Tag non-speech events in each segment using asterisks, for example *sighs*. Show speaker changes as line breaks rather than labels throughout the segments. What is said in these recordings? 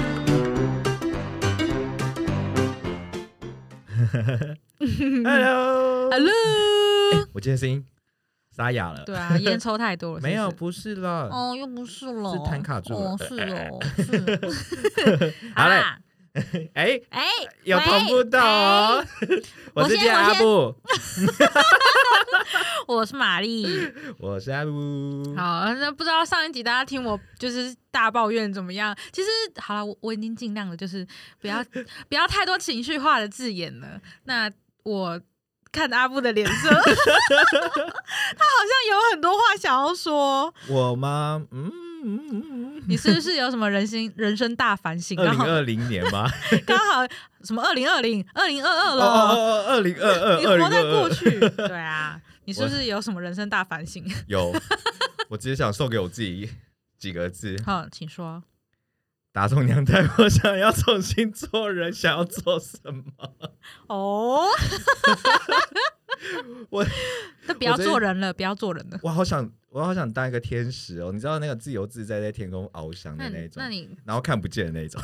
*laughs*
*laughs*
Hello，
Hello，
我今天声音沙哑了。
*laughs* 对
*laughs*
啊，烟抽太多了，
没有，
是不
不是啦。
是哦，又不是了，
是痰卡住了
哦，是哦，
*laughs*
是。
好嘞
啊，
哎、
哎，
有
喂
同步到哦。 *laughs* 我是
我先
店阿布，
*laughs* 哎我是玛
*laughs*
丽。
我是阿布。
好，那不知道上一集大家听我就是大抱怨怎么样？其实好了，我我已经尽量的，就是不要 *laughs* 不要太多情绪化的字眼了。那我看阿布的脸
*laughs*
色，他好像有很多话想要说。
我吗？嗯嗯嗯嗯。
你是不是有什么人生人生大反省？
二
刚
零
好
二零年
*laughs*
吗？ *laughs*
刚好什么二零二零、二零二二
哦
了。
哦哦，二零二二，
你
二零
活在
二
过
二。
去，对啊，你是不是有什么人生大反省？
*laughs* 有，我只是想送给我自己几个字：
好，请说。
打从娘胎，我想要重新做人，想要做什
*laughs*
么？
哦，
我
那不要
我昨天
做人了，不要做人了。
我好想，我好想当一个天使哦！你知道那个自由自在在天空翱翔
那
的
你
一种
那，你
然后看不见的那种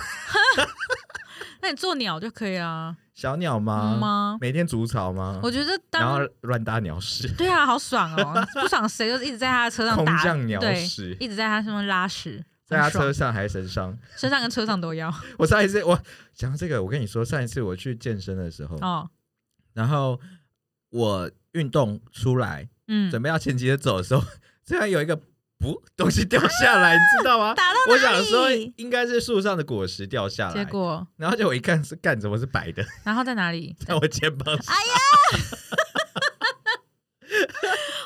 那你做鸟就可以啦、
小鸟
嗯
吗？
吗？
每天筑巢吗？
我觉得
啊然后
当
乱搭鸟屎，
对啊，好爽
*laughs*
哦！不爽谁就是一直在他的车上
空
打，
降鸟
对，
屎，
一直在他身上拉屎，
在他
很爽
车哦上还是身上。
身上跟车上都要
我上一次我讲到这个，我跟你说，上一次我去健身的时候，
哦。
然后我运动出来，
嗯，
准备要前急的走的时候， *laughs* 突然有一个不东西掉下来，你知道
*laughs*
吗？
打到
我想
哪
说
里
应该是树上的果实掉下
结
来，
果，
然后就我一看是干怎么是白的， *laughs*
然后在哪里？
在我肩膀上。
*laughs*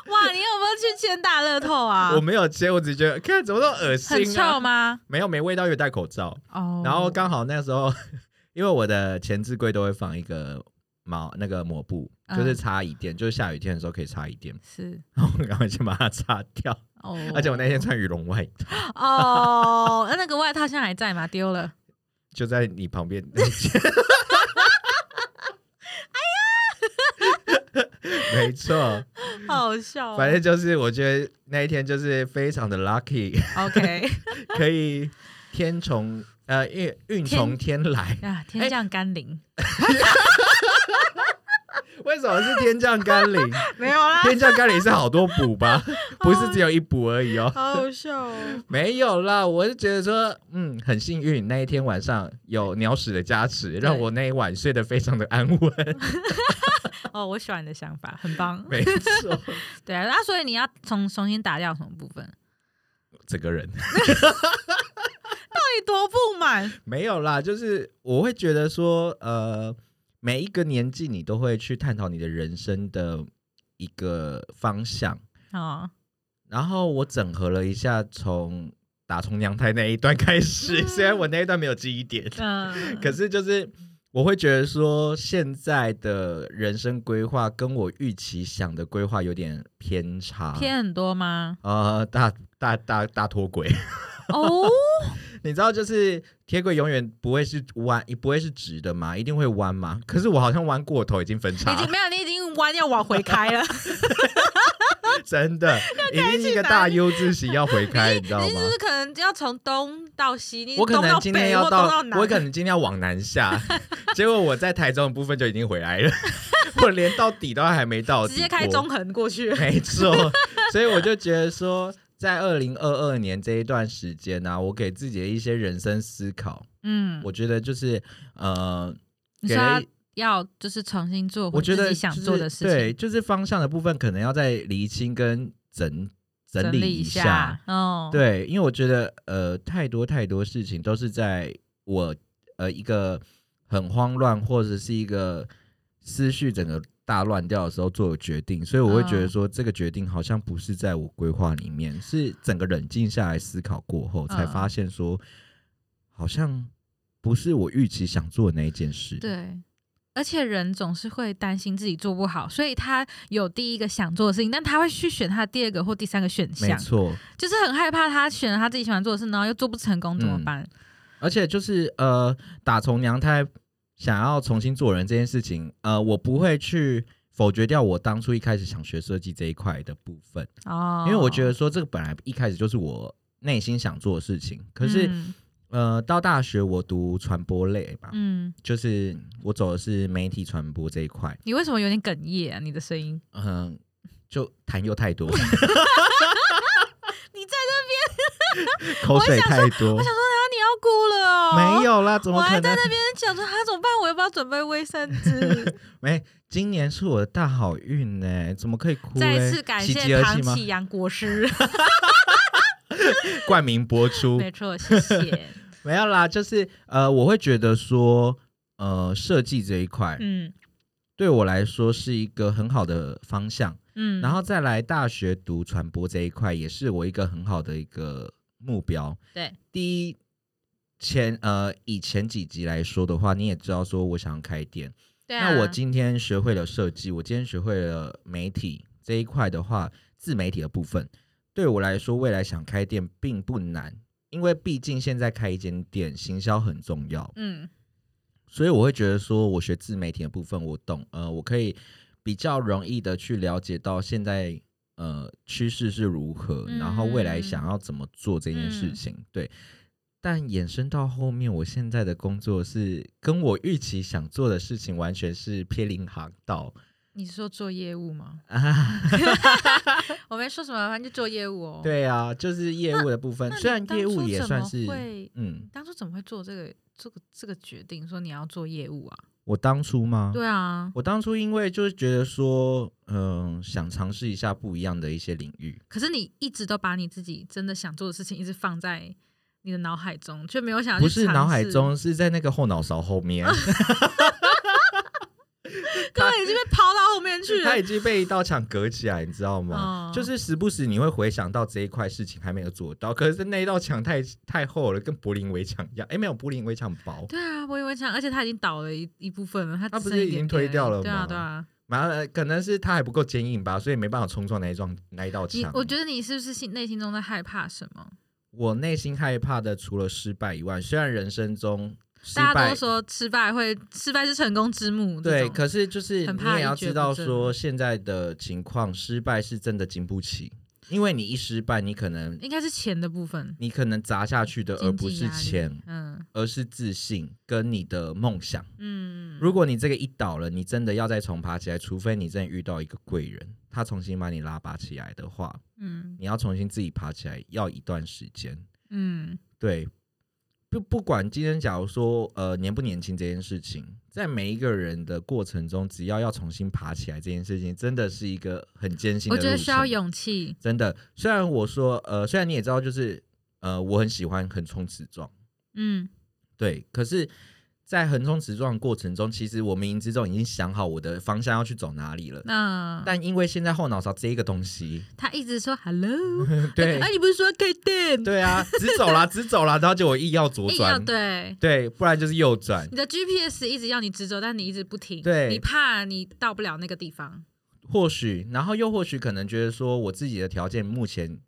哇，你有没有去签大乐透啊
我？没有接，我只觉得看怎么那么恶心
很臭
啊！
吗？
没有没味道，又戴口罩。
哦，
然后刚好那时候， *laughs* 因为我的前置柜都会放一个毛那个抹布，
嗯
就是擦椅垫，就是下雨天的时 *laughs* 候可以擦椅垫。
是
然后我赶快先把它擦掉，
哦，
而且我那天穿羽绒外套，
哦，那那个外套现在还在吗？丢了。
就在你旁边
*laughs*
那件。哎呀， *laughs* 没错，
好笑哦、
反正就是我觉得那一天就是非常的 lucky， *laughs*
OK
可以天从呃运运从天
*laughs*
来。
啊，天降甘霖、
为什么是天降甘霖？
*laughs* 没有啦，
天降甘霖是好多补吧，不是只有一补而已哦。
好好笑、哦。
没有啦，我是觉得说，嗯，很幸运那一天晚上有鸟屎的加持，让我那一晚睡得非常的安稳。
*laughs* 哦，我喜欢你的想法，很棒。
没错，
对啊，那所以你要重重新打掉什么部分？到
整个人
底多不满？
没有啦，就是我会觉得说，呃，每一个年纪你都会去探讨你的人生的一个方向。
哦，
然后我整合了一下，从打从娘胎那一段开始，
嗯
虽然我那一段没有记忆点，
嗯，
可是就是我会觉得说，现在的人生规划跟我预期想的规划有点偏差，
偏很
*laughs*
多吗？
呃大大大大脱轨。 *laughs*
哦，
你知道，就是铁轨永远不会是弯，不会是直的嘛，一定会弯嘛。可是我好像弯过头，已经分
已
叉
经，没有，你已经弯要往回开了，
*laughs* 真
*laughs*
的，已经是一个大 U 字形要回开，你知道
你
吗
就？是可能要从东到西，你
我可
东到
能今天
北
要
或东
到
到，南，
我可能今天要往南下， *laughs* 结果我在台中的部分就已经回来了， *laughs* 我连到底都还没到，
直接开中，横
*laughs*
过去。
没错。所以我就觉得说，在二零二二年这一段时间呢、我给自己的一些人生思考，
嗯，
我觉得就是呃，
你
给
说
了
要
一
要就是重新做
我
回
觉
自
得
己想
就是
做的事情，
对，就是方向的部分可能要再厘清跟整整理
一
一
下，哦，，
对，因为我觉得呃，太多太多事情都是在我呃一个很慌乱或者是一个思绪整个大乱掉的时候做的决定，所以我会觉得
嗯
说这个决定好像不是在我规划里面，是整个冷静下来思考过后才
嗯
发现说，好像不是我预期想做的那一件事。，
对，而且人总是会担心自己做不好，所以他有第一个想做的事情，但他会去选他的第二个或第三个选
没
项，
错。
就是很害怕他选了他自己喜欢做的事，然后又做不成功怎
嗯
么办？
而且就是呃，打从娘胎想要重新做人这件事情，呃，我不会去否决掉我当初一开始想学设计这一块的部分，
哦，
因为我觉得说这个本来一开始就是我内心想做的事情，可是
嗯
呃，到大学我读传播类嘛，
嗯，
就是我走的是媒体传播这一块，
你为什么有点哽咽啊？你的声音，
嗯，就痰又
*laughs*
太多，
你在
*laughs* 口水太多
我，想说啊，你要哭了哦，
没，有啦，怎
我
么可
还在
能？
那边想说啊他怎么办？我要不要准备卫生纸？
没，哎今年是我的大好运呢、怎么可以哭、嘞
再一次感
喜极而
谢唐
泣吗
启？阳国师，
*laughs* 冠名播出
*laughs* 没错，谢谢。
没有啦，就是呃，我会觉得说，呃，设计这一块、
嗯
对我来说是一个很好的方向，
嗯，
然后再来大学读传播这一块，也是我一个很好的一个目标。
对，
第一前呃以前几集来说的话，你也知道说我想要开店，
对啊，
那我今天学会了设计，我今天学会了媒体这一块的话，自媒体的部分对我来说，未来想开店并不难，因为毕竟现在开一间店，行销很重要，
嗯
所以我会觉得说，我学自媒体的部分我懂，呃，我可以比较容易的去了解到现在呃趋势是如何，
嗯
然后未来想要怎么做这件事情，对。但衍生到后面，我现在的工作是跟我预期想做的事情完全是偏离航道
你是说做业务吗？
啊！
*laughs* 我没说什么，反正就做业务哦。，
对啊，就是业务的部分
那，你
虽然
当
业务
初
也
怎
算
么
是
会你
嗯，
当初怎么会做这个这个这个决定，说你要做业务啊？
我当初吗？
对啊，
我当初因为就是觉得说，嗯、想尝试一下不一样的一些领域，
可是你一直都把你自己真的想做的事情一直放在你的脑海中，却没有想要去
不是
尝
脑海
试，啊
中，是在那个后脑勺后面，
根本已经被抛到后面
*laughs*
去了
它。已经被一道墙隔起来，你知道吗？
哦
就是时不时你会回想到这一块事情还没有做到，可是那一道墙太太厚了，跟柏林围墙一样。哎，没有柏林围墙薄，
对啊，我以为想，而且他已经倒了一一部分了，他
它
他
不是已经推掉了
对啊，
吗
对啊。
然后可能是它还不够坚硬吧，所以没办法冲撞那一幢那一道
你
墙。
我觉得你是不是心内心中在害怕什么？
我内心害怕的除了失败以外，虽然人生中失
大家
败
都说失败会失败是成功之母，这
对，
种
可是就是
很
你
怕
也
一
要
蹶
知
不
道
振啊
说现在的情况，失败是真的经不起，因为你一失败，你可能
应该是钱的部分，
你可能砸下去的而
经
不
济
是
压力
钱，
嗯
而是自信跟你的梦想。
嗯，
如果你这个一倒了，你真的要再重爬起来，除非你真的遇到一个贵人，他重新把你拉拔起来的话，
嗯
你要重新自己爬起来要一段时间。
嗯
对，不不管今天假如说呃年不年轻这件事情，在每一个人的过程中，只要要重新爬起来这件事情，真的是一个很艰辛
我
的
觉得需要
路程
勇气，
真的，虽然我说，呃，虽然你也知道，就是呃，我很喜欢横冲直撞，
嗯
对，可是，在横冲直撞的过程中，其实我冥冥之中已经想好我的方向要去走哪里了。
那
但因为现在后脑勺这一个东
*laughs*
西，
他一直说 hello，
*laughs* 对、
哎，你不是说开店？
对啊，直走啦，直走啦，然后结果硬要左
*laughs* 一定要
转，
对。
对，不然就是右
*laughs*
转，
你的 GPS 一直要你直走，但你一直不停，
对
你怕你到不了那个地方，
或许，然后又或许可能觉得说，我自己的条件目前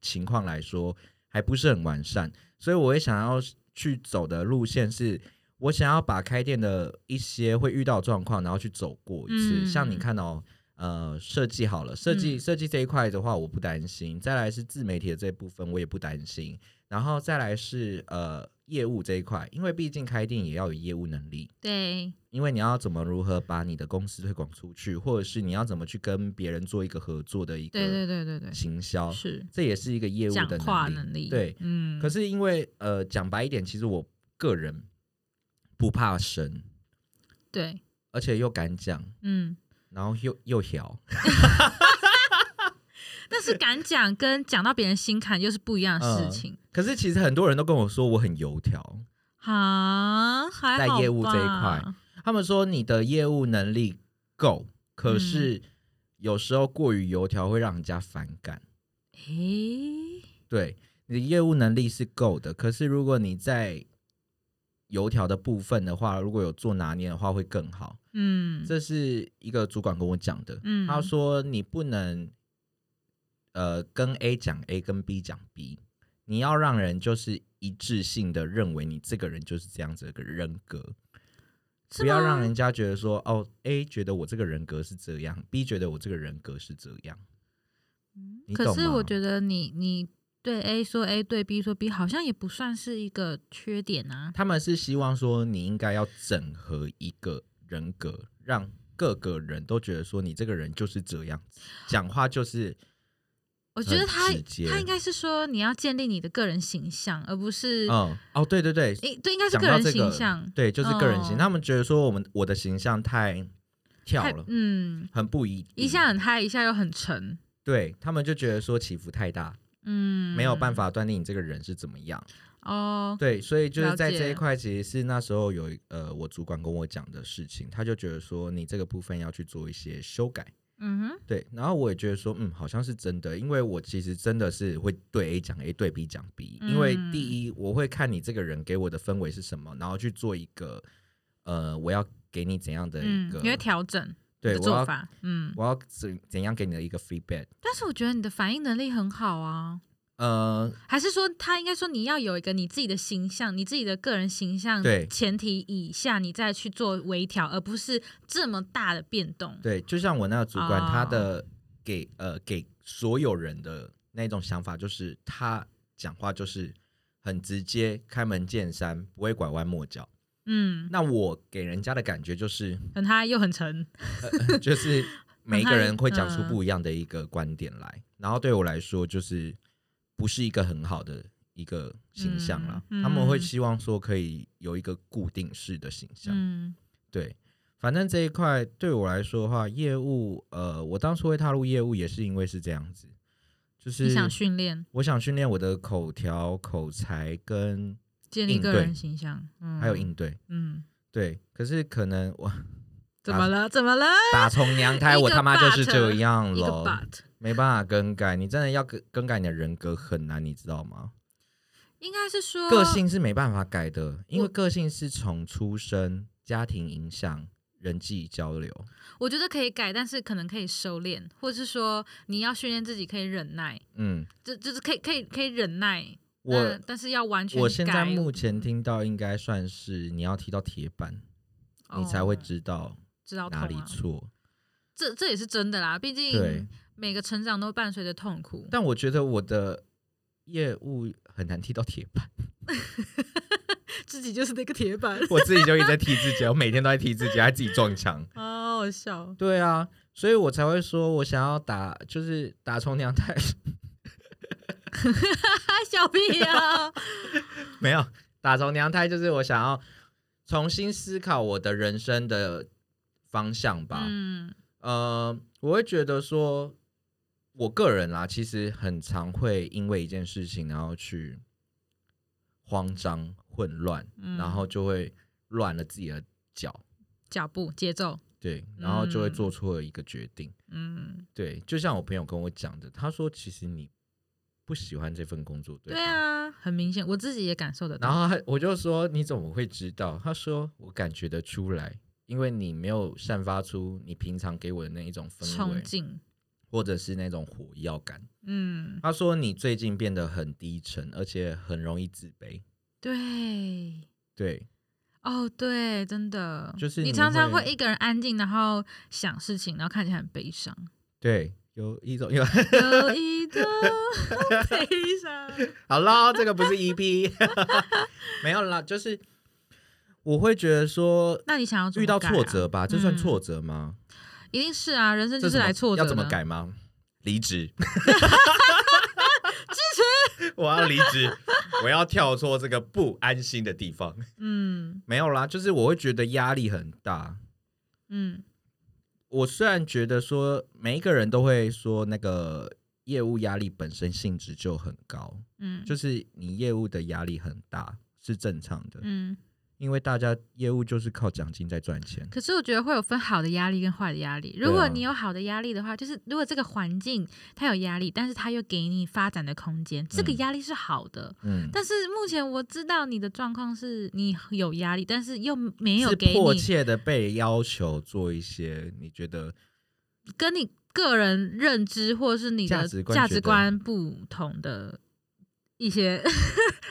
情况来说还不是很完善，所以我会想要去走的路线是，我想要把开店的一些会遇到的状况，然后去走过一次。
嗯
像你看到、呃，设计好了，设计、
嗯
设计这一块的话，我不担心；再来是自媒体的这部分，我也不担心；然后再来是呃业务这一块，因为毕竟开店也要有业务能力。
对，
因为你要怎么如何把你的公司推广出去，或者是你要怎么去跟别人做一个合作的一
对
个
对对对对，
行销，
是
这也是一个业务
讲
的
话
能力。
能力，
对，
嗯，
可是因为呃，讲白一点，其实我个人不怕神，
对，
而且又敢讲，
嗯，
然后又又调，
但是敢讲跟讲到别人心坎又是不一样的
嗯
事情。
可是其实很多人都跟我说我很油条，
啊，还好
在业务这一
吧
块，他们说你的业务能力够，
嗯
可是有时候过于油条会让人家反感。
诶，
对，你的业务能力是够的，可是如果你在油条的部分的话，如果有做拿捏的话，会更好。
嗯，
这是一个主管跟我讲的，
嗯
他说你不能呃跟 A 讲 A，跟 B 讲 B，你要让人就是一致性的认为你这个人就是这样子的一个人格，
是
不要
吗
让人家觉得说哦 A 觉得我这个人格是这样，B 觉得我这个人格是这样，你
嗯可
懂
是
吗
我觉得你你对 A 说 A，对 B 说 B，好像也不算是一个缺点啊。
他们是希望说你应该要整合一个人格，让各个人都觉得说你这个人就是这样子，讲话就是
我觉得
很
他
直接
他应该是说你要建立你的个人形象，而不是
嗯哦对对对，
诶、对，应该是
讲
个
到
人
这
形
个
象。
对，就是个人形，
哦
他们觉得说我们我的形象太跳
太
了，
嗯，
很不一
一
定
下很嗨，一下又很沉，
对他们就觉得说起伏太大，
嗯，
没有办法断定你这个人是怎么样。
哦，
对，所以就
了
是在这
解
一块，其实是那时候有一呃，我主管跟我讲的事情，他就觉得说你这个部分要去做一些修改。
嗯哼，
对，然后我也觉得说，嗯，好像是真的，因为我其实真的是会对 A 讲 A，对 B 讲 B，因为
嗯
第一，我会看你这个人给我的氛围是什么，然后去做一个，呃，我要给你怎样的一
嗯
个，，
你会调整你
对
的
我
做
要
法，嗯，
我要怎怎样给你的一个 feedback，
但是我觉得你的反应能力很好啊，
呃，
还是说他应该说你要有一个你自己的形象，你自己的个人形象
对
前提以下，你再去做微调，而不是这么大的变动。
对，就像我那个主管，
哦
他的给呃给所有人的那种想法，就是他讲话就是很直接，开门见山，不会拐弯抹角。
嗯，
那我给人家的感觉就是，
很嗨又很沉， *laughs*
呃就是每一个人会讲出
嗯
不一样的一个观点来，然后对我来说，就是不是一个很好的。一个形象啦，
嗯
他们会
嗯
希望说可以有一个固定式的形象，
嗯
对，反正这一块对我来说的话，业务，呃，我当初会踏入业务也是因为是这样子，就是
你想训练
我想训练我的口条、口才跟
建立
应
个
对
人形象，嗯，
还有应对，
嗯，
对。可是可能我 *laughs*
怎
啊
么了？怎么了？
打从娘胎，
一
我
个
他妈就是
but，
这样
一个
了，
but。
没办法更改。你真的要更更改你的人格很难，你知道吗？
应该是说
个性是没办法改的，因
啊我
为个性是从出生、家庭影响、人际交流。
我觉得可以改，但是可能可以收敛，或是说你要训练自己可以忍耐，
嗯，
就就是可以可以可以忍耐。
我。
那但是要完全改。
我现在目前听到应该算是你要踢到铁板，你才会
哦
知道
知道痛
哪里
啊嗯
错。
这这也是真的啦，毕
对
竟，每个成长都伴随着痛
*laughs*
苦。
但我觉得我的业务很难踢到铁板， *laughs*
自己就是那个铁板，
我自己就一直在踢自己，我每天都在踢自己，还自己撞墙。
好好笑。
对啊，所以我才会说我想要打，就是打从娘胎
哎，小屁
*laughs*
啊！
没有打从娘胎，就是我想要重新思考我的人生的方向吧。
嗯
呃，我会觉得说，我个人啦，其实很常会因为一件事情，然后去慌张、混乱，
嗯，
然后就会乱了自己的脚，
脚步节奏，
对，然后就会
嗯
做错了一个决定。
嗯，
对，就像我朋友跟我讲的，他说其实你不喜欢这份工作，对
对
吧？
啊，很明显，我自己也感受得
然
到。
后他我就说你怎么会知道？他说我感觉得出来，因为你没有散发出你平常给我的那一种氛
冲
围，
劲，
或者是那种火药感。
嗯，
他说你最近变得很低沉，而且很容易自卑。
对。
对
哦，对，真的，
就是
你
你
常常会
会
一个人安静，然后想事情，然后看起来很悲伤，
对，有一种有 *laughs*
有一种 *laughs* 悲伤。
好啦，这个不是 EP，没有啦，就是我会觉得说
那你想要怎
遇
么
到
改
挫
啊
折吧，这算挫折吗？
一定是啊，人生
这
就是
怎么
来挫折
要怎么
的？
改吗？离
*laughs*
职，支持，我要离职，我要跳出这个不安心的地方。
嗯
没有啦，就是我会觉得压力很大，
嗯
我虽然觉得说每一个人都会说那个业务压力本身性质就很高，
嗯，
就是你业务的压力很大是正常的，
嗯。
因为大家业务就是靠奖金在赚钱。
可是我觉得会有分好的压力跟坏的压力。如
对
果
啊
你有好的压力的话，就是如果这个环境它有压力，但是它又给你发展的空间，这个
嗯
压力是好的。
嗯，
但是目前我知道你的状况是你有压力，但是又没有
是
给
迫
你
切的被要求做一些你觉得
跟你个人认知或是你的
价值观
价
觉
值
得
观不 *laughs* 同的一些，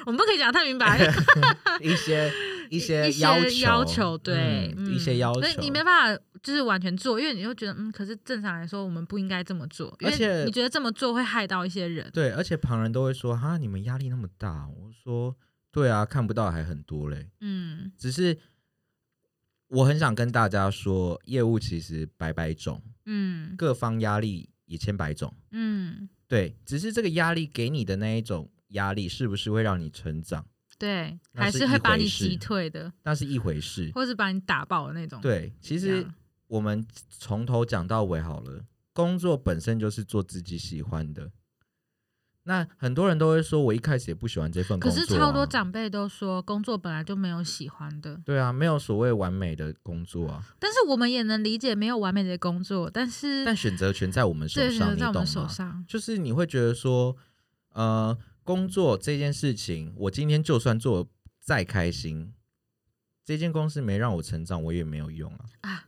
我们不可以讲太明白， *laughs*
一些一些
一些
要求，
要求对
嗯
嗯
一些要求
所以，你没办法就是完全做，因为你就觉得嗯，可是正常来说我们不应该这么做，因
而且
为你觉得这么做会害到一些人。
对，而且旁人都会说哈，你们压力那么大，我说对啊，看不到还很多嘞，
嗯
只是我很想跟大家说，业务其实百百种，
嗯
各方压力也千百种，
嗯，
对，只是这个压力给你的那一种压力，是不是会让你成长，
对，
那
还
是
是
一
会把
回
你
事
击退的，
那是一回事。
或是把你打爆的那种。，
对，其
这
实
样
我们从头讲到尾好了，工作本身就是做自己喜欢的。那很多人都会说，我一开始也不喜欢这份工
可
作、啊，
是超多长辈都说工作本来就没有喜欢的，
对啊，没有所谓完美的工作啊，
但是我们也能理解没有完美的工作，但是
但选择权在我们手
这
上，
个
你
在我
懂
们手
吗？
上。
就是你会觉得说，呃，工作这件事情，我今天就算做得再开心，这间公司没让我成长，我也没有用啊。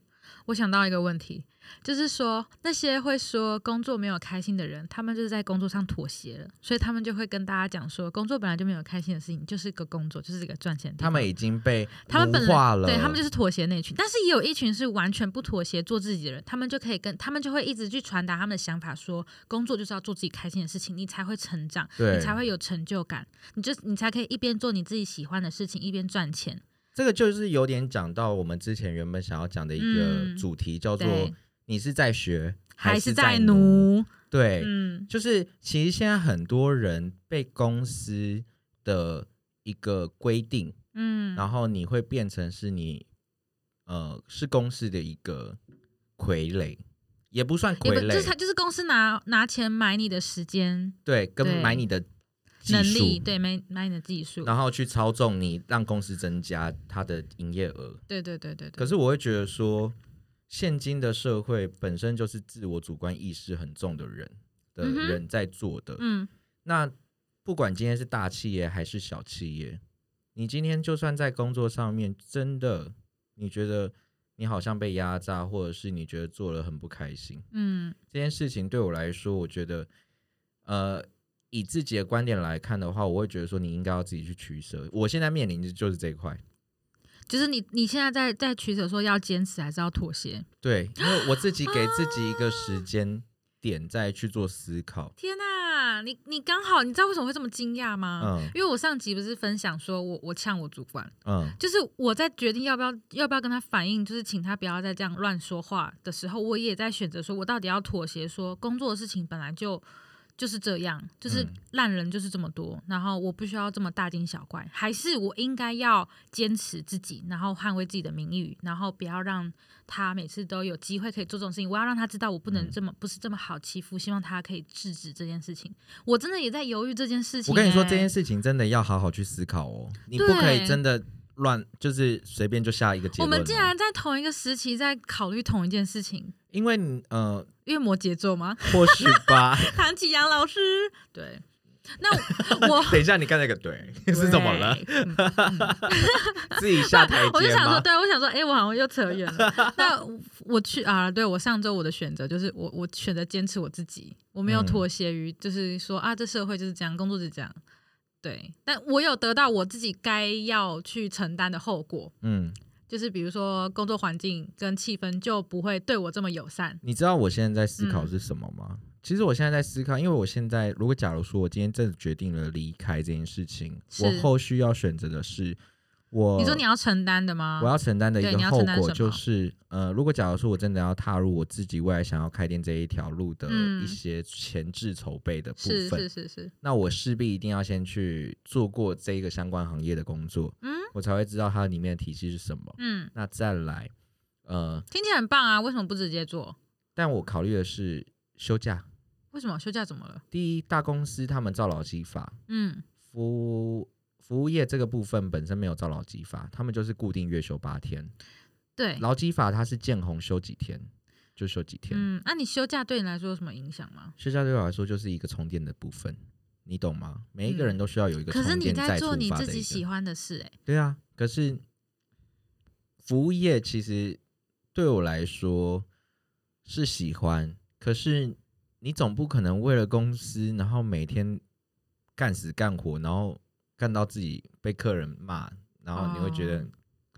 我想到一个问题，就是说那些会说工作没有开心的人，他们就是在工作上妥协了，所以他们就会跟大家讲说，工作本来就没有开心的事情，就是一个工作，就是一个赚钱的地
他
方。
们已经被
他们本
奴化
来
了，
对他们就是妥协那群，但是也有一群是完全不妥协做自己的人，他们就可以跟他们就会一直去传达他们的想法说工作就是要做自己开心的事情，你才会成长，
对
你才会有成就感，你就你才可以一边做你自己喜欢的事情，一边赚钱。
这个就是有点讲到我们之前原本想要讲的一个
嗯
主题，叫做
对
你是在学
是
是
在
奴？
奴，
对，
嗯，
就是其实现在很多人被公司的一个规定，
嗯，
然后你会变成是你呃是公司的一个傀儡，也不算
也
傀
不就是
儡
他，就是公司拿拿钱买你的时间、
对，跟
对
买你的技
能力，
术，
对，买买你的技术，
然后去操纵你，让公司增加它的营业额。
对对对对对。
可是我会觉得说，现今的社会本身就是自我主观意识很重的人的
嗯哼
人在做的。
嗯，
那不管今天是大企业还是小企业，你今天就算在工作上面真的你觉得你好像被压榨，或者是你觉得做了很不开心，
嗯
这件事情对我来说，我觉得呃。以自己的观点来看的话，我会觉得说你应该要自己去取舍。我现在面临的就是这一块，
就是你你现在在在取舍，说要坚持还是要妥协？
对，因为我自己给自己一个时间点再去做思考。
天呐，你你刚好，你知道为什么会这么惊讶吗？
嗯
因为我上集不是分享说我我呛我主管，
嗯，
就是我在决定要不要要不要跟他反映，就是请他不要再这样乱说话的时候，我也在选择说我到底要妥协说工作的事情本来就就是这样，就是
嗯
烂人就是这么多，然后我不需要这么大惊小怪，还是我应该要坚持自己，然后捍卫自己的名誉，然后不要让他每次都有机会可以做这种事情，我要让他知道我不能
嗯
这么、不是这么好欺负，希望他可以制止这件事情。我真的也在犹豫这件事情、
我跟你说
欸
这件事情真的要好好去思考哦，你不
对
可以真的乱，就是随便就下一个结
我
论哦、
们竟然在同一个时期在考虑同一件事情，
因为你呃，
因为摩羯座吗？ *laughs*
或许吧。
唐启阳老师，对，那我 *laughs* 我
等一下，你刚才那个对 *laughs* 是怎么了？
对嗯
自己下台
*laughs* 我就
阶
想说，
吗？
对，我想说，哎、我好像又扯远了。 *laughs* 那我我去啊，对我上周我的选择就是我我选择坚持我自己，我没有
嗯
妥协于，就是说、啊，这社会就是这样，工作就是这样。对，但我有得到我自己该要去承担的后果，
嗯，
就是比如说工作环境跟气氛就不会对我这么友善。
你知道我现在在思
嗯
考是什么吗？其实我现在在思考，因为我现在如果假如说我今天真的决定了离开这件事情，
是
我后续要选择的是我
你说你要承担的吗？
哦我要承担的一
啊对
个
你要
后
承担
果
什
就
么
是，呃，如果假如说我真的要踏入我自己未来想要开店这一条路的一
嗯
些前置筹备的部
是
分，
是是是，
那我势必一定要先去做过这一个相关行业的工作，
嗯
我才会知道它里面的体系是什么。
嗯，
那再来，呃，
听起来很棒啊，为什么不直接做？
但我考虑的是休假。
为什么休假怎么了？
第一，大公司他们照劳基法，
嗯
服务服务业这个部分本身没有照劳基法，他们就是固定月休八天。，
对，
劳基法它是见红休几天就休几天，
嗯，那、你休假对你来说有什么影响吗？
休假对我来说就是一个充电的部分，你懂吗？每一个
嗯
人都需要有一个
可是
充
你
电
在
再出
做
发的一
你
个。
自己喜欢的事、欸，哎，
对啊，可是服务业其实对我来说是喜欢，可是你总不可能为了公司，然后每天干死干活，然后干到自己被客人骂，然后你会觉得
哦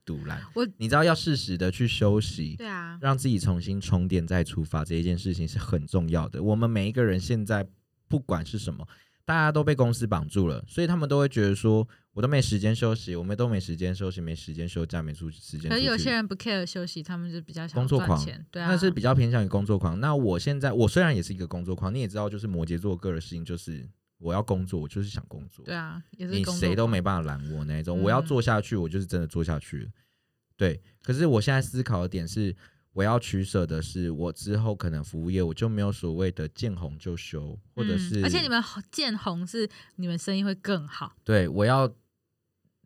堵然。
我
你知道要适时的去休息，
对啊，
让自己重新充电再出发，这一件事情是很重要的。我们每一个人现在不管是什么，大家都被公司绑住了，所以他们都会觉得说，我都没时间休息，我们都没时间休息，没时间休假，没出时间
可
出
是
去。
有些人不 care 休息，他们就比较想
工作
赚
狂
钱，对啊，
那是比较偏向于工作狂。那我现在我虽然也是一个工作狂，你也知道，就是摩羯座个的事情就是我要工作，我就是想工作，
对啊，也是
你
工作
谁都
狂
没办法拦我那一种。
嗯
我要做下去，我就是真的做下去了。对，可是我现在思考的点是，我要取舍的是，我之后可能服务业我就没有所谓的见红就休，或者
嗯
是、
而且你们红见红是你们生意会更好，
对我要。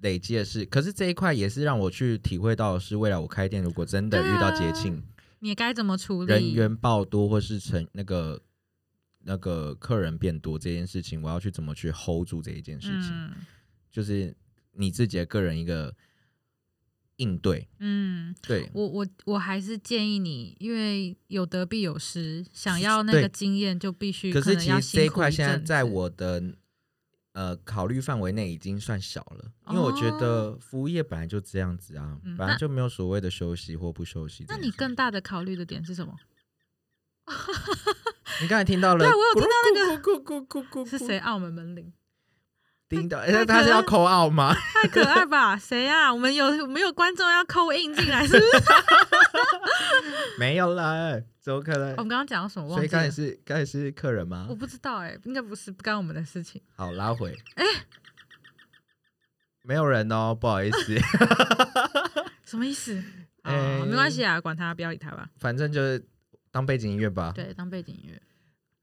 累积的是，可是这一块也是让我去体会到，的是未来我开店如果真的
对
遇到
啊
节庆，
你该怎么处理？
人员爆多或是成那个那个客人变多这件事情，我要去怎么去 hold 住这一件事情，
嗯
就是你自己的个人一个应对。
嗯，
对，
我我我还是建议你，因为有得必有失，想要那个
对
经验就必须
可是
能
其
要
实这
辛
一
苦
块现在
阵子
在我的呃考虑范围内已经算小了，因为我觉得服务业本来就这样子啊，
哦嗯
本
那
来就没有所谓的休息或不休息这
那
件事情。
你更大的考虑的点是什么？
你刚才听到了咕
对
噜咕噜，
啊我有
咕咕咕咕咕咕
是
*laughs*
谁？？啊澳门门铃
叮咚，
太
那他是要
可
扣奥吗？
*laughs* 太可爱吧？谁啊？我们有没有观众要扣印进来？是
*laughs*
不是？
没有啦，怎么可能
哦我？们刚刚讲到什么？忘
所以
记
刚才
了。
是刚才是客人
我
吗？
不知道哎、应该不是不干我们的事情。
好，拉回。哎、没有人哦，不好意
*laughs*
思，
什么
*laughs*
意思？啊、
哎
没关系啊，管他，不要理他吧。
反正就是当背景音乐吧。，
对，当背景音乐。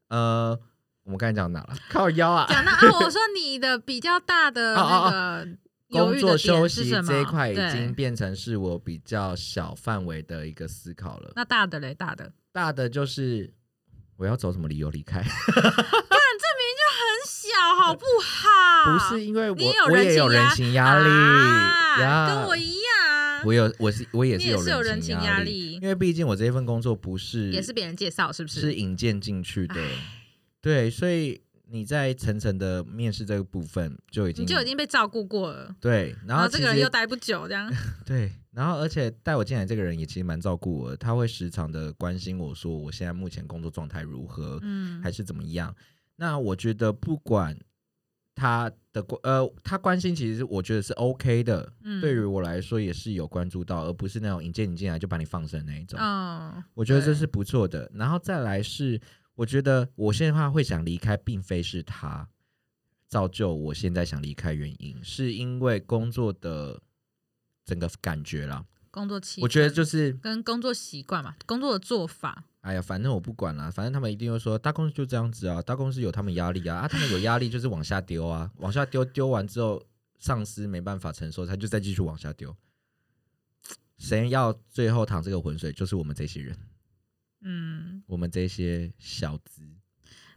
呃，我们刚才讲哪了？ *laughs* 靠腰啊，
讲
*laughs*
到啊，我说你的比较大的
哦哦哦
那个犹
*laughs* 工
豫
作
的
休
点是
息
什么？
这一块已经
对
变成是我比较小范围的一个思考了。
那大的嘞，大的很
大的就是我要走什么理由离开？
小，好不好？
*laughs* 不是因为我
啊你也有
我也有
人
人
情
情压力呀
啊，跟我一样，
我有我是我也
你
是
也是有人
人
情
压
压力
因为毕竟我这份工作不是
也是别人介绍，是不
是
是？
引荐进去的，对，所以你在层层的面试这个部分就已经
你就已经被照顾过了，
对，然
然
后
这
其
个人
实
又待不
*laughs*
久，这样
对，然后而且带我进来这个人也其实蛮照顾我的，他会时常的关心我说我现在目前工作状态如何，
嗯
还是怎么样。那我觉得不管他的关呃他关心，其实我觉得是 OK 的，
嗯
对于我来说也是有关注到，而不是那种引荐你进来就把你放生那一种。
嗯，
我觉得这
对
是不错的。然后再来是，我觉得我现在会想离开，并非是他造就我现在想离开原因，是因为工作的整个感觉啦。
工作期，
我觉得就是，
跟工作习惯嘛，工作的做法，
哎呀，反正我不管啦，反正他们一定会说，大公司就这样子啊，大公司有他们压力啊，啊，他们有压力就是往下丢啊，往下丢，丢完之后上司没办法承受，他就再继续往下丢。谁要最后淌这个浑水，就是我们这些人，
嗯。
我们这些小资。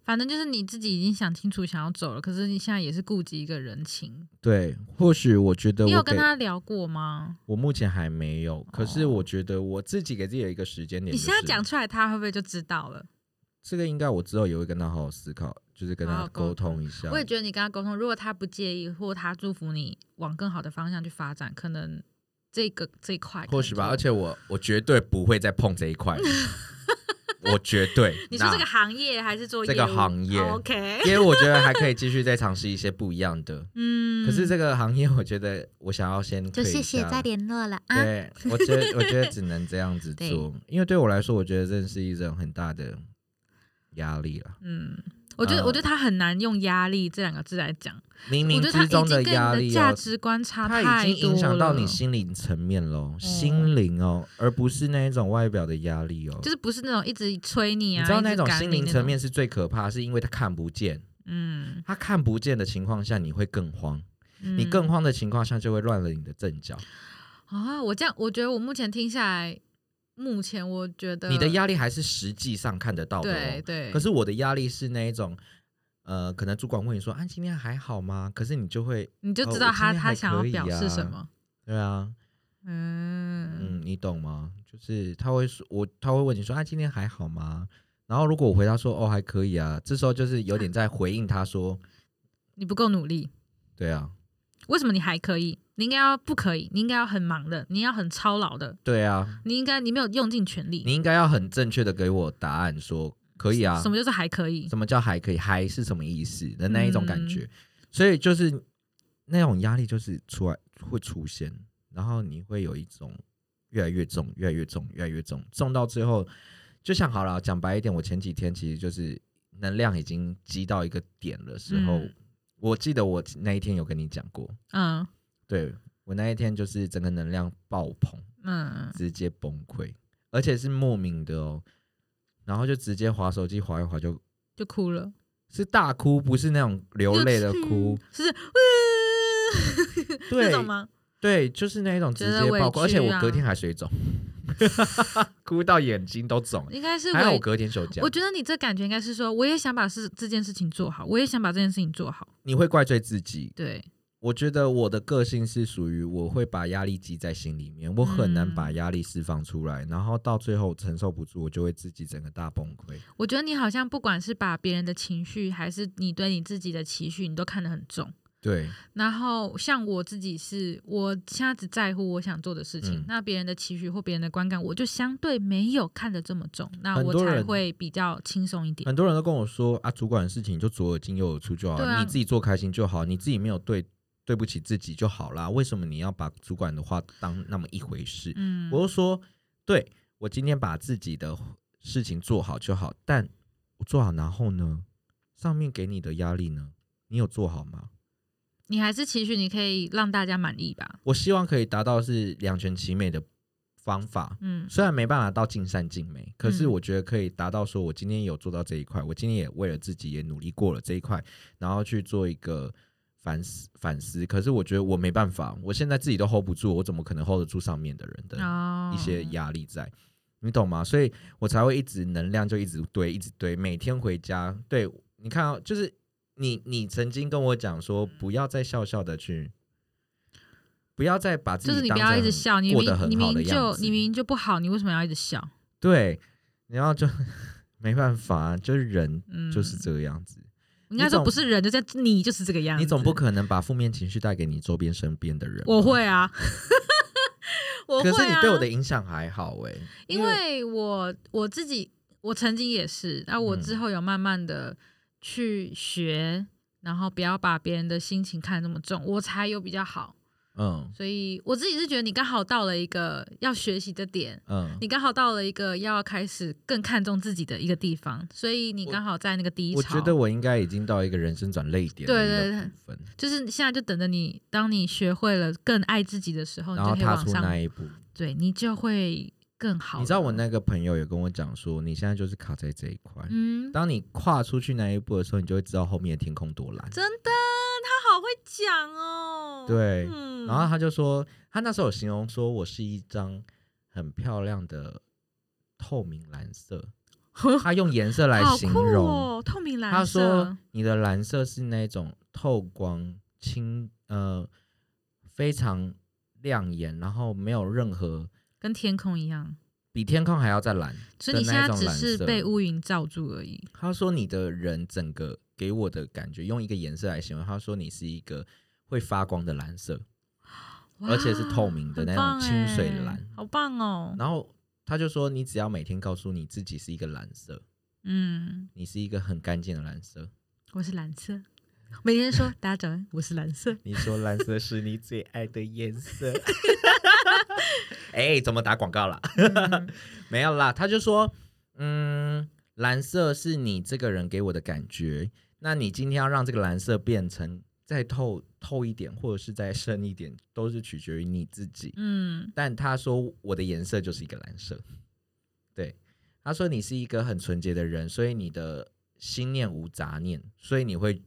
反正就是你自己已经想清楚想要走了，可是你现在也是顾及一个人情。
对，或许我觉得
你有
我
跟
给
他聊过吗？
我目前还没有，可是
哦
我觉得我自己给自己有一个时间点、就
你
是。
现在讲出来，他会不会就知道了？
这个，应该我之后也会跟他好好思考，就是跟
好
他
好哦沟
沟通一下。
我也觉得你跟他沟通，如果他不介意，或他祝福你往更好的方向去发展，可能这个这一块可能
或许吧，
就
而且我我绝对不会再碰这一
*laughs*
块了，我绝对。
你说
那
这个行业还是做
这个
业务
行业
哦，OK，
因为我觉得还可以继续再尝试一些不一样
*laughs*
的。
嗯，
可是这个行业，我觉得我想要先
就
退
谢
一
谢
下
再联络了啊。
对，我觉得我觉得只能这样子
*laughs* 对
做，因为对我来说，我觉得这是一种很大的压力了。
嗯，我觉得、
呃
我觉得他很难用压力这两个字来讲，
冥
我
冥
觉得他
之
已
中
经跟你
压
的
力
价
哦，
值观差太多
它
了，
已经影响到你心灵层面喽，心灵哦，而不是那一种外表的压力哦。
就是不是那种一直催你
你
啊，
知道那
一直
种
赶
心
你
灵
那
层面是最可怕，是因为他看不见，
嗯，
他看不见的情况下，你会更慌，
嗯，
你更慌的情况下就会乱了你的阵脚，
啊，我这样，我觉得我目前听下来，目前我觉得
你的压力还是实际上看得到的
对
哦。
对，
可是我的压力是那一种，呃，可能主管问你说啊，今天还好吗？可是你就会，
你就
哦
知
我
道
今
他、
天
他
还
想要
可以
表示什
啊
么，
对啊，
嗯
嗯，你懂吗？就是他会说，我他会问你说，啊，今天还好吗？然后如果我回答说，哦，还可以啊，这时候就是有点在回应他说，
你不够努力，
对啊，
为什么你还可以？你应该要不可以？你应该要很忙的，你要很操劳的，
对啊，
你应该你没有用尽全力。
你应该要很正确的给我答案说，可以啊，
什么就是还可以？
什么叫还可以，还是什么意思的那一种感
嗯
觉。所以就是那种压力，就是出来会出现，然后你会有一种越来越重、越来越重、越来越重，重到最后，就像好了，讲白一点，我前几天其实就是能量已经积到一个点的时候，
嗯
我记得我那一天有跟你讲过，
嗯
对我那一天就是整个能量爆棚，
嗯，
直接崩溃，而且是莫名的哦。然后就直接划手机划一划就
就哭了，嗯
是大哭，不是那种流泪的哭，
就是呃
对
*laughs* 这种吗？
对，就是那一种直
觉得
接
委
爆哭，而且
屈
我隔
啊
天还水肿， *laughs* 哭到眼睛都肿了，
应该是
还好我
委。
隔天休假
我。觉得你这感觉应该是说，我也想把事这件事情做好，我也想把这件事情做好。
你会怪罪自己，
对，
我觉得我的个性是属于我会把压力积在心里面，我很难把
嗯
压力释放出来，然后到最后承受不住，我就会自己整个大崩溃。
我觉得你好像不管是把别人的情绪，还是你对你自己的期许，你都看得很重。
对，
然后像我自己是，我现在只在乎我想做的事情，
嗯
那别人的期许或别人的观感，我就相对没有看得这么重，那
很
我
多
才
人
会比较轻松一点。
很多人都跟我说啊，主管的事情就左耳进右耳出就好，
对啊
你自己做开心就好，你自己没有对对不起自己就好啦。为什么你要把主管的话当那么一回事？
嗯，
我就说，对我今天把自己的事情做好就好，但我做好然后呢，上面给你的压力呢，你有做好吗？
你还是期许你可以让大家满意吧。
我希望可以达到是两全其美的方法。
嗯
虽然没办法到尽善尽美，可是
嗯
我觉得可以达到说，我今天有做到这一块，我今天也为了自己也努力过了这一块，然后去做一个反思反思。可是我觉得我没办法，我现在自己都 hold 不住，我怎么可能 hold 得住上面的人的
哦，
一些压力在，你懂吗？所以我才会一直能量就一直堆，一直堆，每天回家，对你看到就是你，你曾经跟我讲说，不要再笑笑的去，不要再把自
就是
己
你
当
不
成
要一直
很
笑，你
过
明
得很
你
好
明
的
明
样
就
子，
你明明就不好，你为什么要一直笑？
对，然后就没办法，就是人
嗯，
就是这个样子，
应该
你
说
总
不是人，就在你就是这个样子。
你总不可能把负面情绪带给你周边身边的人，
我。会啊，我会
可
啊。
是你对我的影响还好哎、
因为我我自己，我曾经也是，那我
嗯
之后有慢慢的去学，然后不要把别人的心情看得那么重，我才有比较好。
嗯
所以我自己是觉得你刚好到了一个要学习的点，
嗯，
你刚好到了一个要开始更看重自己的一个地方，所以你
我
刚好在那个低潮。
我觉得我应该已经到一个人生转泪点
对
的一
对
个
对
部分。
就是现在就等着你，当你学会了更爱自己的时候，你
然
就
后
可以
踏
往
出那
上，
一步。
对你就会更好了。
你知道我那个朋友也跟我讲说，你现在就是卡在这一块。
嗯，
当你跨出去那一步的时候，你就会知道后面的天空多蓝。
真的，他好会讲哦。
对
嗯
然后他就说，他那时候有形容说我是一张很漂亮的透明蓝
*laughs*
色，他用颜色来
好
形
酷
容。
哦，透明蓝色。
他说你的蓝色是那种透光清呃非常亮眼，然后没有任何
跟天空一样，
比天空还要再蓝。
所以你
的
现
那一
在
种
只
蓝
是
色
被乌云罩住而已。
他说你的人整个给我的感觉，用一个颜色来形容，他说你是一个会发光的蓝色，
哇
而且是透明的
很
那种
棒
清水
哎
蓝
好棒哦。
然后他就说你只要每天告诉你自己是一个蓝色，
嗯，
你是一个很干净的蓝色，
我是蓝色，每天说大家早安，我是
*laughs*
蓝色。
你说蓝色是你最爱的颜色。 *laughs* 哎、怎么打广告了？
嗯
没有啦，他就说，嗯，蓝色是你这个人给我的感觉，那你今天要让这个蓝色变成再透透一点，或者是再深一点，都是取决于你自己。
嗯，
但他说我的颜色就是一个蓝色，对，他说你是一个很纯洁的人，所以你的心念无杂念，所以你会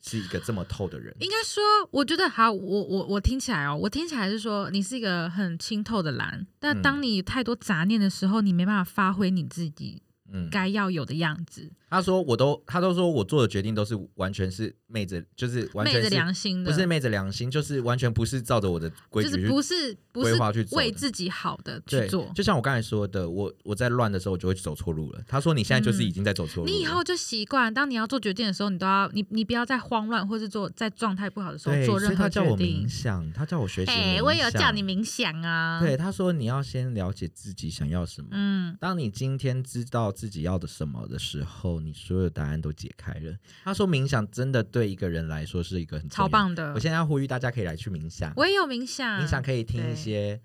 是一个这么透的人。
应该说，我觉得好，我我我听起来哦，我听起来是说你是一个很清透的蓝，但
嗯
当你有太多杂念的时候，你没办法发挥你自己
嗯，
该要有的样子。
他说我都，他都说我做的决定都是完全是昧着，就是完
昧
全
着
是
良心的，
不是昧着良心，就是完全不是照着我的规
就
矩
是
去
不是不
规
是
划去走
为
的
自己好的去
对
做，。
就像我刚才说的，我我在乱的时候，我就会走错路了。他说你现在就是已经在走错路了、
嗯你以后就习惯，当你要做决定的时候，你都要你你不要在慌乱或是做在状态不好的时候
对，
做
所以
任何
他叫
决
我冥
定。
想，他叫我学习冥想。
哎、我也有叫你冥想啊。
对，，他说你要先了解自己想要什么。
嗯，
当你今天知道自己要的什么的时候，你所有答案都解开了。他说冥想真的对一个人来说是一个很重
超
要。
棒的
我。现在要呼吁大家可以来去冥想，
我也有冥想，
冥想可以听
对
一些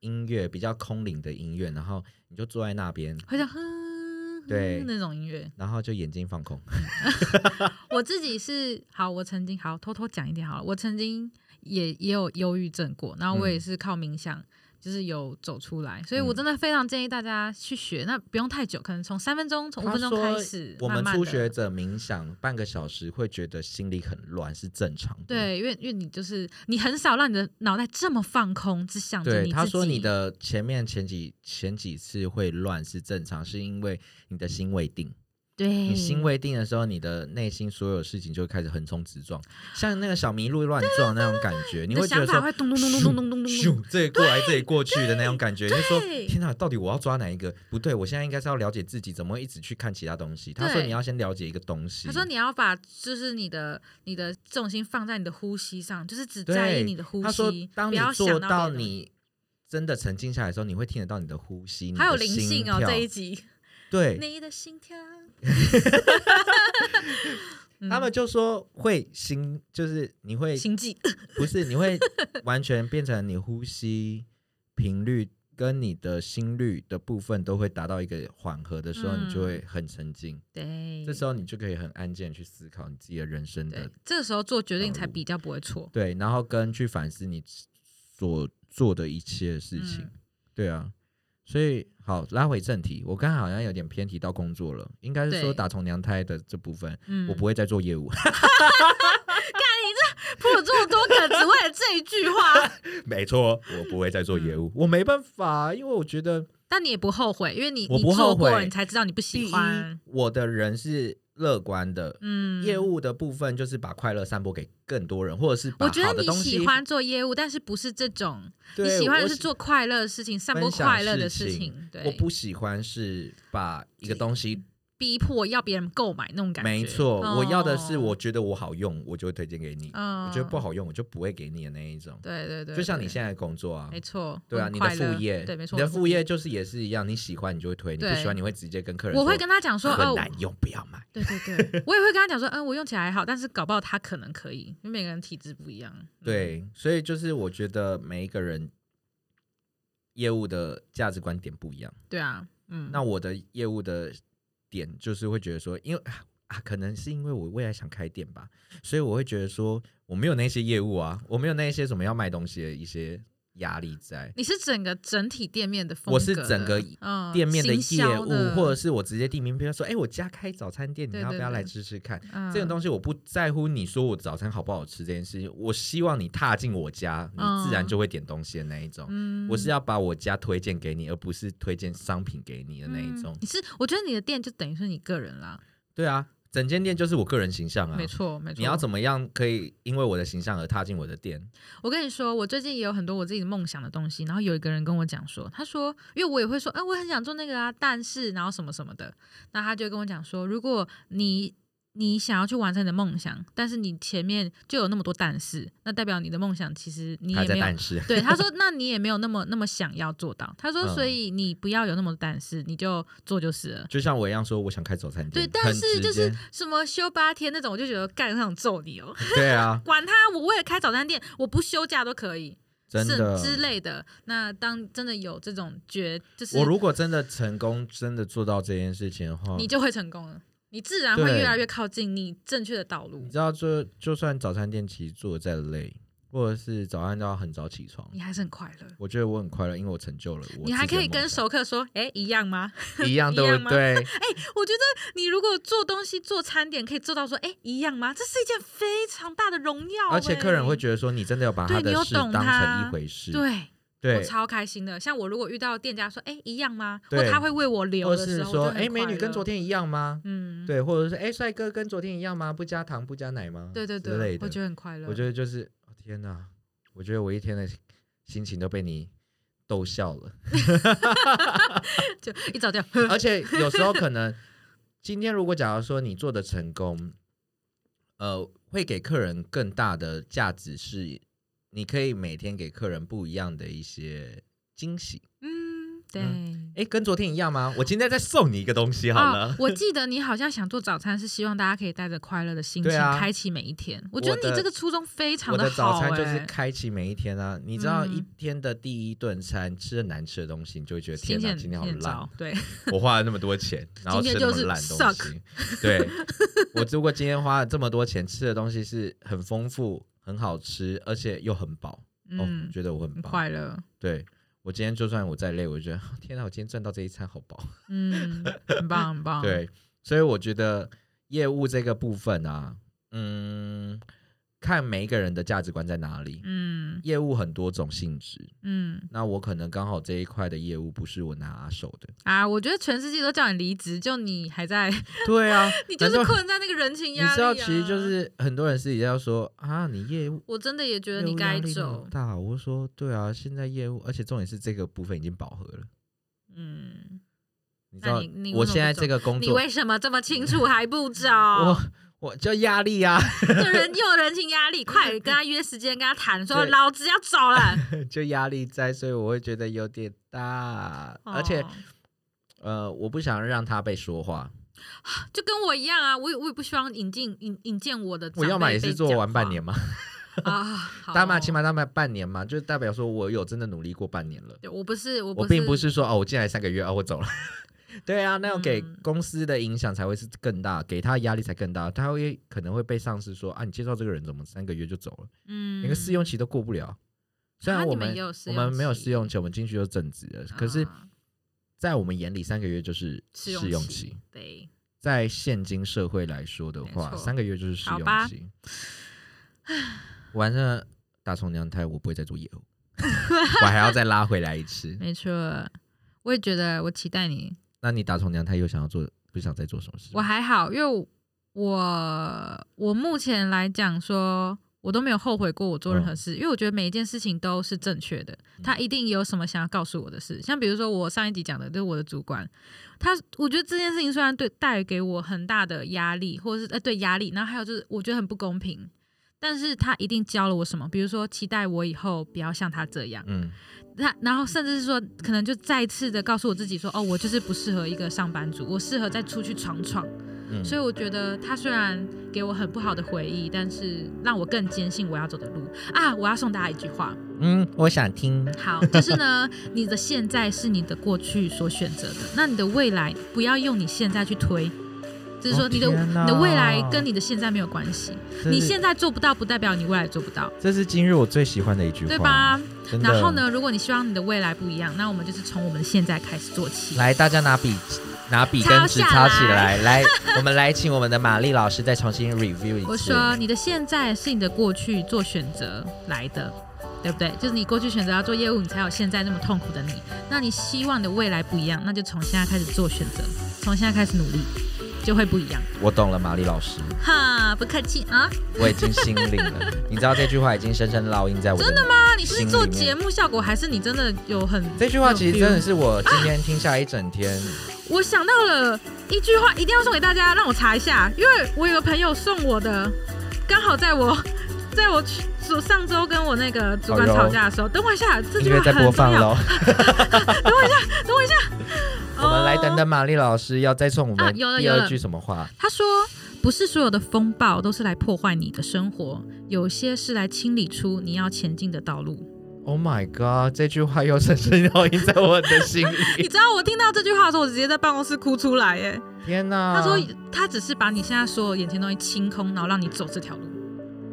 音乐，比较空灵的音乐，然后你就坐在那边，
会像哼，
对
那种音乐。
然后就眼睛放
*laughs*
空。
我自己是好，我曾经好偷偷讲一点好了，我曾经也也有忧郁症过，然后我也
嗯
是靠冥想。就是有走出来，所以我
嗯
真的非常建议大家去学。那不用太久，可能从三分钟、从五
他
分钟
说
开始，
我们
慢慢
初
地
学者冥想半个小时会觉得心里很乱是正常的。
对，因为因为你就是你很少让你的脑袋这么放空，只想着
对，
你
他
自
说你
己
的前面前几前几次会乱是正常，是因为你的心未定。
对
你心未定的时候，你的内心所有事情就开始横冲直撞，像那个小麋鹿乱撞那种感觉，你
你的
会觉得
想法
说。
会咚咚咚咚咚咚咚咚
咻
咚，
这里过来，这里过去的那种感觉，你就说
对
天哪，到底我要抓哪一个？不对，我现在应该是要了解自己，怎么会一直去看其他东西？他说
对
你要先了解一个东西。
他说你要把就是你的你的重心放在你的呼吸上，就是只在意
对
你的呼
他说
吸，，
当
不
你
要
做
想到
到
别的东西
你真的沉静下来的时候，你会听得到你的呼吸，你
还有
的
灵
心
性哦
跳
这一集，
对，
你的心跳，嗯
他们就说会心，就是你会 *laughs*
心悸，
不是你会完全变成你呼吸频率跟你的心率的部分都会达到一个缓和的时候，你就
嗯
会很沉静，
对，
这时候你就可以很安静地去思考你自己的人生的
对，这个时候做决定
道
才
路
比较不会错。
对，然后跟去反思你所做的一切事情，
嗯
对啊。所以好，拉回正题，我刚才好像有点偏题到工作了，应该是说
对
打从娘胎的这部分，
嗯，
我不会再做业务，
铺了这么多梗，只为了这一
*laughs*
句话，
没错，我不会再做业
嗯
务，我没办法，因为我觉得
但你也不后悔，因为你
我
你
不后
做过了，
悔
你才知道你不
第
喜
一
欢。，
我的人是乐观的。
嗯，
业务的部分就是把快乐散播给更多人，或者是把
我觉
好
得
的
你
东西
喜，欢做业务，但是不是这种，你
对
喜欢的
我
是做快乐的事情，散播
分享
快乐的
事
事
情
情，
我
对，
不喜欢是把一个东西
逼迫要别人购买那种感觉。
没错，我要的是
哦
我，觉得我好用，我就会推荐给你；
嗯
我觉得不，好用，我就不会给你的那一种。
对对对，
就像
对
你现在的工作啊
没，错，
对啊，
我很
你的
快乐
副业，
对，没错，
你的
我很
副业就是也是一样，你喜欢你就会推，你不
对
喜欢你会直接跟客人
我会
说
跟他讲说，
很
哦，
难用，不要买。
对对
*laughs*
对，我也会跟他讲说，嗯，我用起来还好，但是搞不好他可能可以，因为每个人体质不一样。嗯，
对，所以就是我觉得每一个人业务的价值观点不一样。
对啊，嗯，
那我的业务的点就是会觉得说，因为啊啊，可能是因为我未来想开店吧，所以我会觉得说我没有那些业务啊，我没有那些什么要卖东西的一些压力在。
你是整个整体店面的风格的，
我是整个
嗯
店面的
行
业
销
务，
的
或者是我直接递名片说：“哎、我家开早餐店，你
对
要不
对
要
对
来吃吃看？”
嗯
这种东西我不在乎你说我早餐好不好吃这件事情，我希望你踏进我家，你自然
嗯
就会点东西的那一种。
嗯
我是要把我家推荐给你，而不是推荐商品给你的那一种。
嗯你是，我觉得你的店就等于是你个人啦，
对啊，整间店就是我个人形象啊
没。错没错。
你要怎么样可以因为我的形象而踏进我的店？
我跟你说，我最近也有很多我自己的梦想的东西，然后有一个人跟我讲说，他说，因为我也会说，哎、我很想做那个啊，但是然后什么什么的，那他就跟我讲说，如果你你想要去完成你的梦想，但是你前面就有那么多但是，那代表你的梦想其实你
还
也
在
没有
但
*laughs*
是，
对，他说，那你也没有那么那么想要做到。他说，
嗯
所以你不要有那么多但是，你就做就是了。
就像我一样说我想开早餐
对，
店，
但
很
是
直
就是
接
什么休八天那种，我就觉得干很想揍你哦！
对啊，
管他，我为了开早餐店，我不休假都可以，
真
是
的。
之类的。那当真的有这种觉，就是
我如果真的成功，真的做到这件事情的话，
你
你
就会成功了，你自然会
对
越来越靠近你正确的道路。
知道就，就算早餐店其实做的再累，或者是早上都要很早起床，
你还是很快乐，
我觉得我很快乐，因为我成就了我。
你还可以跟熟客说：“哎、一样吗？”
*laughs*
*laughs*
一样，
一
对
样
不
吗 *laughs*
对？
我觉得你如果做东西做餐点，可以做到说，哎、一样吗？这是一件非常大的荣耀、
而且客人会
得
觉得说，你真的要把他
对
的
你有
事
懂
当成
他
一回事，
对，我
对，
超开心的。像我如果遇到店家说，哎、一样吗？或
对
他会为我留
或
的时
是
候，
说，
我就很
哎，美女
快乐
跟昨，天一样吗？
嗯，
对，或者是哎，帅哥跟昨天一样吗？不加糖不加奶吗？
对对
之类
对，
的
我觉得很快乐。
我觉得就是哦天哪，我觉得我一天的心情都被你逗笑了，
*laughs* 就一早就
而且有时候可能今天如果假如说你做的成功，呃，会给客人更大的价值是，你可以每天给客人不一样的一些惊喜。
*laughs* 嗯，对。
哎，跟昨天一样吗？我今天再送你一个东西好 *laughs* 了。
哦，我记得你好像想做早餐，是希望大家可以带着快乐的心
对
情
啊
开启每一天。我
我
觉得你
的
这个初衷非常
*laughs* 我的
好、
早
哎，
餐就是开启每一天啊！你知道
嗯
一天的第一顿餐吃了难吃的东西，你就会觉得天
新
哪，
鲜
今天好
现
烂
招，对， *laughs*
我花了那么多钱，然后吃那么烂
今
东
天就
西。对， *laughs* 我如果今天花了这么多钱，吃的东西是很丰富、很好吃，而且又很饱。 *laughs* 哦，
嗯，
觉得我很
很
棒。
快乐，
对我今天就算我再累，我就觉得 *laughs* 天哪，我今天赚到这一餐好饱。
嗯，很棒，很棒，，
对，所以我觉得业务这个部分啊，嗯，看每一个人的价值观在哪里。
嗯
业务很多种性质，
嗯
那我可能刚好这一块的业务不是我拿手
*laughs*
的。
啊，我觉得全世界都叫你离职，就你
*laughs*
还在，
对啊，
你就
难
是
道
困在那个人情
你
压力、啊。
知道，其实就是很多人私底下要说啊，你业务
我真的也觉
业务
得你
压
该
力那么
走，
大，我就说对啊，现在业务，而且重点是这个部分已经饱和了。
嗯，
你知
那
道
你你为
我
什么
现在
不
这个工
你
作，嗯
为什么这么清楚还不走？
我我就压力啊， *laughs*
就人又有人情压力，快跟他约时间，跟他谈，说
对
老子要走了。
就压力在，所以我会觉得有点大， *laughs* 而且
哦
呃，我不想让他被说话，
就跟我一样啊，我也我也不希望引进引引荐我的长辈
我
被讲话。
要么也是做完半年嘛，
啊，好
打码起码打码半年嘛，就代表说我有真的努力过半年了。
对我不是我不
我并不是说哦，我进来三个月哦，我走了。 *laughs* 对啊，那种给
嗯
公司的影响才会是更大，给他的压力才更大，他会可能会被上司说啊，你介绍这个人怎么三个月就走了，
嗯，
连个试用期都过不了。虽然
啊
我
你们
们,、
也有试
我
用
们没有
期
试用期，我们进去就正职了，可是，
啊
在我们眼里，三个月就是试
试用
用
期
期。
对，
在现今社会来说的话，
没错
三个月就是试
好吧
用期。 *sighs* 完了，大虫娘胎，我不会再做业务， *laughs* 我还要再拉回来一次。
没错。我也觉得，我期待你。
那你打从娘胎又想要做，不想再做什么事？
我还好，因为我我目前来讲说，我都没有后悔过我做任何事，因为我觉得每一件事情都是正确的，他一定有什么想要告诉我的事。像比如说我上一集讲的，就是我的主管，他我觉得这件事情虽然对带给我很大的压力，或者是呃对压力，然后还有就是我觉得很不公平。但是他一定教了我什么，比如说期待我以后不要像他这样，
嗯，
那然后甚至是说，可能就再次的告诉我自己说，哦，我就是不适合一个上班族，我适合再出去闯闯。
嗯
所以我觉得他虽然给我很不好的回忆，但是让我更坚信我要走的路啊！我要送大家一句话，
嗯，我想听。
好，就是呢，你的现在是你的过去所选择的，那你的未来不要用你现在去推，就是说
哦
你的、
天哪
你的未来跟你的现在没有关系，你现在做不到，不代表你未来做不到，
这是今日我最喜欢的一句话，
对吧？
真的
然后？呢，如果你希望你的未来不一样，那我们就是从我们的现在开始做起。
来，大家拿笔、拿笔跟纸
抄
抄
下
起来。来，
*laughs*
我们来请我们的玛丽老师再重新 review 一次。
我说，你的现在是你的过去做选择来的，对不对？就是你过去选择要做业务，你才有现在那么痛苦的你。那你希望你的未来不一样，那就从现在开始做选择，从现在开始努力，就会不一样。
我懂了，玛丽老师，
哈，不客气啊。
我已经心领
*laughs*
了。你知道这句话已经深深烙印在我的。真的吗？
那啊你是
心里
做
面
节目效果，还是你真的有很？
这句话其实
有 feel
真的是我今天听下一整天。
我想到了一句话，一定要送给大家，让我查一下，因为我有个朋友送我的，刚好在我。 *laughs* 在我去上周跟我那个主管
好哟
吵架的时候，等我一下，这
音
句
乐
话
在
很
播放
重要。
喽，
等我一下，哦
我们来等等玛丽老师要再送我
啊
们
有了
第
有
二
了
句什么话？
他说：“不是所有的风暴都是来破坏你的生活，有些是来清理出你要前进的道路。
Oh my god！这句话又深深烙印在我的心”
你 *laughs*
里。
知道我听到这句话的时候，我直接在办公室哭出来。哎，
天哪！
他说他只是把你现在所有眼前东西清空，然后让你走这条路，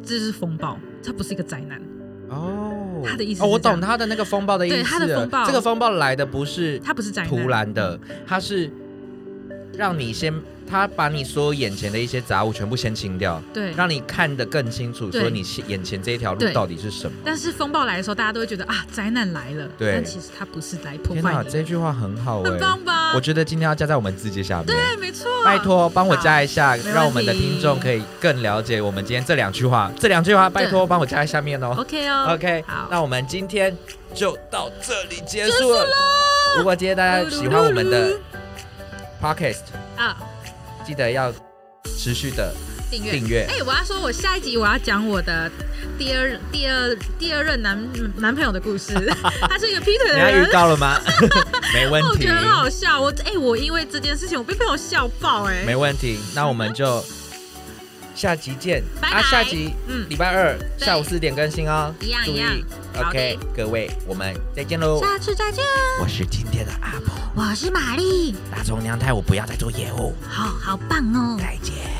这是风暴，它不是一个灾难，
哦，
他的意思
哦，
是
我
这样
懂他的那个风暴的意思了。
对他的风暴
这个风暴来的不是
它不是灾难。
突然的，它是让你先，他把你所有眼前的一些杂物全部先清掉，
对。
让你看得更清楚，
对
说你现眼前这一条路
对
到底是什么。
但是风暴来的时候，大家都会觉得啊，灾难来了。
对
但其实它不是来破
天
坏
哪，
你，
这句话很好哎、
很棒吧？
我觉得今天要加在我们字节下面。
对，没错。
拜，托帮我加一下，
没
让我们的
问题
听众可以更了解我们今天这两句话。这两句话拜托帮我加在下面哦。
OK 哦
OK，
好，
那我们今天就到这里结
结
束
束
了。
喽。
如果今天大家喜欢我们的 Podcast，
啊，
记得要持续的
订阅
订。阅。
哎、我要说，我下一集我要讲我的第二第二第二任男男朋友的
*laughs*
故事。他是一个劈腿的
你要
人
预，告了
*laughs*
吗？没问
我
题
觉，得很好笑。我哎、我因为这件事情，我被朋友笑爆哎、
没问题。那我们就下集见。
拜
啊，
拜
下集
嗯，
礼拜二
对
下午四点更新哦。
一样
注
一
意
样。好的
OK，各位，我们再见喽。
下次再见，
我是今天的阿婆。
我是玛丽，嗯
打从娘胎，我不要再做业务。
好好棒哦。
再见。